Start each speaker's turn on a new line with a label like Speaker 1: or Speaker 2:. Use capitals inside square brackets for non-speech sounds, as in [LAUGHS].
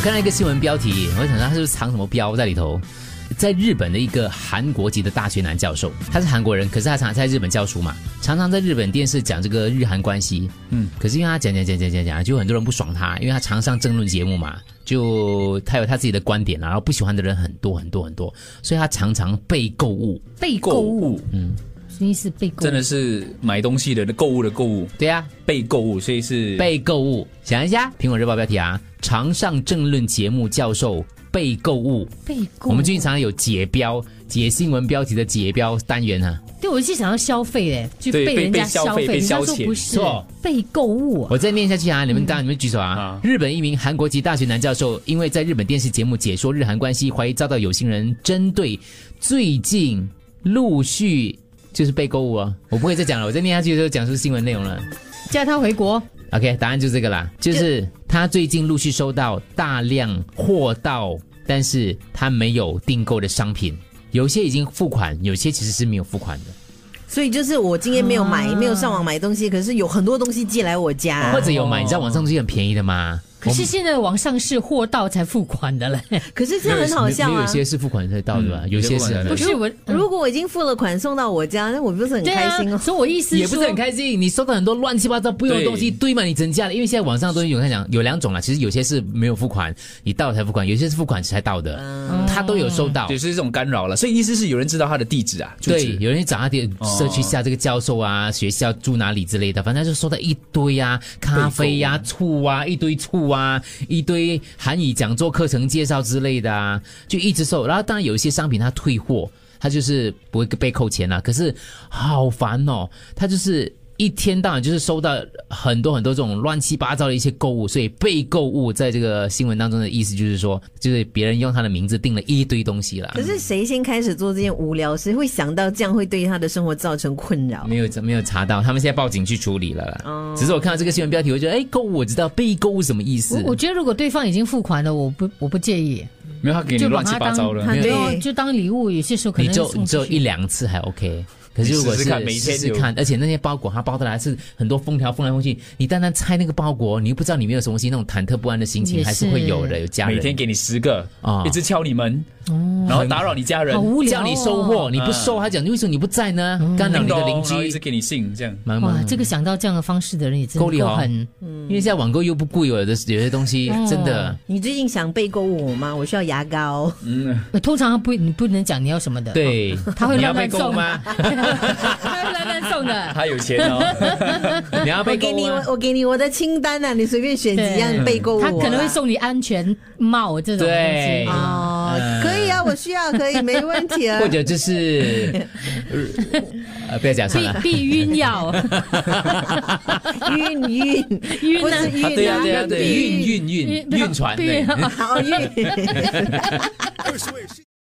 Speaker 1: 看到一个新闻标题，我想到他是不是藏什么标在里头？在日本的一个韩国籍的大学男教授，他是韩国人，可是他常在日本教书嘛，常常在日本电视讲这个日韩关系。嗯，可是因为他讲讲讲讲讲讲，就很多人不爽他，因为他常上政论节目嘛，就他有他自己的观点啦，然后不喜欢的人很多很多很多，所以他常常被购物。
Speaker 2: 被购物，嗯
Speaker 3: 什么意思？被购
Speaker 2: 真的是买东西的购物的购物，
Speaker 1: 对呀、
Speaker 2: 被购物，所以是
Speaker 1: 被购物。想一下，《苹果日报》标题啊，常上政论节目教授被购物。
Speaker 3: 被购，
Speaker 1: 我们最近常常有解标、解新闻标题的解标单元啊。
Speaker 3: 对我是想要消费哎，去
Speaker 2: 对
Speaker 3: 被人
Speaker 2: 被
Speaker 3: 家
Speaker 2: 被消费
Speaker 3: 费，
Speaker 2: 被
Speaker 3: 人家
Speaker 2: 消
Speaker 3: 说
Speaker 2: 遣
Speaker 3: 不是
Speaker 1: 错
Speaker 3: 被购物啊，
Speaker 1: 我再念下去啊，你们当然你们举手啊。
Speaker 2: 啊
Speaker 1: 日本一名韩国籍大学男教授，因为在日本电视节目解说日韩关系，怀疑遭到有心人针对，最近陆续就是被购物啊。我不会再讲了，我再念下去就讲出新闻内容了。
Speaker 3: 叫他回国，
Speaker 1: OK，答案就这个啦，就是他最近陆续收到大量货到，但是他没有订购的商品，有些已经付款，有些其实是没有付款的，
Speaker 4: 所以就是我今天没有买，没有上网买东西，可是有很多东西寄来我家
Speaker 1: 哦或。者有买，你知道网上东西很便宜的吗？
Speaker 3: 可是
Speaker 1: 我
Speaker 3: 现在网上是货到才付款的嘞，
Speaker 4: 可是这样很好
Speaker 1: 们没
Speaker 4: 笑
Speaker 1: 有没有
Speaker 4: 啊
Speaker 1: 有！些是付款才到的吧，
Speaker 2: 嗯
Speaker 1: 有些是
Speaker 2: 有
Speaker 3: 不
Speaker 2: 些
Speaker 3: 是我。嗯
Speaker 4: 如果我已经付了款送到我家，那我不是很
Speaker 3: 对
Speaker 4: 开
Speaker 3: 啊
Speaker 4: 心哦，？
Speaker 3: 所以我意思
Speaker 1: 也不是
Speaker 3: 说
Speaker 1: 很开心，你收到很多乱七八糟不用的东西堆满你整家的，因为现在网上的东西有看讲有两种啦，其实有些是没有付款，你到了才付款，有些是付款时才到的，
Speaker 3: 嗯
Speaker 1: 他都有收到
Speaker 2: 也。是这种干扰了，所以意思是有人知道他的地址啊，住
Speaker 1: 对
Speaker 2: 址，
Speaker 1: 有人去找他的社区下这个教授啊，学校住哪里之类的，反正就收到一堆啊，咖啡呀、醋啊，一堆醋啊，一堆韩语讲座课程介绍之类的啊，就一直收。然后当然有一些商品它退货，它就是不会被扣钱啊啦、可是好烦哦，它就是。一天到晚就是收到很多很多这种乱七八糟的一些购物，所以被购物在这个新闻当中的意思就是说，就是别人用他的名字订了一堆东西啦。
Speaker 4: 可是谁先开始做这件无聊事，会想到这样会对他的生活造成困扰？
Speaker 1: 没有没有查到，他们现在报警去处理了啦。
Speaker 2: 哦
Speaker 1: 只是我看到这个新闻标题，我觉得哎，购物我知道被购物什么意思
Speaker 3: 我，我觉得如果对方已经付款了，我不我不介意，
Speaker 2: 没有他给你
Speaker 3: 就把
Speaker 2: 乱七
Speaker 3: 它
Speaker 2: 八
Speaker 3: 当
Speaker 2: 糟的，
Speaker 4: 他
Speaker 3: 对
Speaker 4: 没有
Speaker 3: 就当礼物，有些时候可
Speaker 1: 你
Speaker 3: 能
Speaker 1: 就
Speaker 3: 送
Speaker 1: 你只有
Speaker 3: 出去
Speaker 1: 一两次还 OK。可是
Speaker 2: 你
Speaker 1: 如果
Speaker 2: 试
Speaker 1: 是
Speaker 2: 试看每天
Speaker 1: 试
Speaker 2: 有
Speaker 1: 看，而且那些包裹它包的来是很多封条封来封去，你单单拆那个包裹，你又不知道里面有什么东西，那种忐忑不安的心情
Speaker 3: 也
Speaker 1: 还是会有的。
Speaker 3: 是
Speaker 1: 有家人
Speaker 2: 每天给你十个
Speaker 1: 啊，
Speaker 2: 一直敲你门，然后打扰你家人
Speaker 3: 好，无聊、
Speaker 1: 叫
Speaker 3: 哦，嗯
Speaker 1: 你收货，你不收，他讲为什么你不在呢？干扰
Speaker 2: 叮
Speaker 1: 你的
Speaker 2: 咚
Speaker 1: 邻
Speaker 2: 嗯然后一直
Speaker 1: 居，
Speaker 2: 给你信，这样
Speaker 1: 蛮
Speaker 3: 哇
Speaker 1: 蛮，
Speaker 3: 这个想到这样的方式的人也真
Speaker 1: 够力
Speaker 3: 的
Speaker 1: 哦
Speaker 3: 够狠。
Speaker 2: 嗯
Speaker 1: 因为现在网购又不贵，哦有的有些东西
Speaker 3: 嗯
Speaker 1: 真的。
Speaker 4: 你最近想被购物吗？我需要
Speaker 1: [LAUGHS]
Speaker 4: 牙膏。
Speaker 2: 嗯
Speaker 3: 呃通常他不，你不能讲你要什么的，哦，
Speaker 1: 对，
Speaker 3: 他会
Speaker 1: 你要被
Speaker 3: 乱 [LAUGHS] 乱
Speaker 1: 购
Speaker 3: 送啊
Speaker 1: 物吗？
Speaker 3: 他会乱乱送的。
Speaker 2: 他有钱哦，
Speaker 1: 你要
Speaker 4: 我
Speaker 1: 被购
Speaker 4: 给
Speaker 1: 物啊
Speaker 4: 你，
Speaker 1: 吗
Speaker 4: 我？我给你我的清单啊，你随便选几样被购物啊。
Speaker 3: 他可能会送你安全帽这种东
Speaker 1: 对
Speaker 3: 西，啊
Speaker 4: 哦，可以啊，我需要，可以，没问题
Speaker 1: [LAUGHS]
Speaker 4: 啊。
Speaker 1: 或者就是， [LAUGHS] 呃，不要讲算了
Speaker 3: 避。避孕药，
Speaker 4: 晕
Speaker 1: [LAUGHS]
Speaker 4: 晕
Speaker 3: 晕
Speaker 4: 不
Speaker 3: 啊
Speaker 4: 是
Speaker 1: 对
Speaker 4: 晕
Speaker 1: 呀
Speaker 4: 啊，
Speaker 1: 对呀对，
Speaker 3: [LAUGHS]
Speaker 4: 晕
Speaker 1: 运运运运船
Speaker 3: 避孕
Speaker 1: 呢？
Speaker 4: 好晕。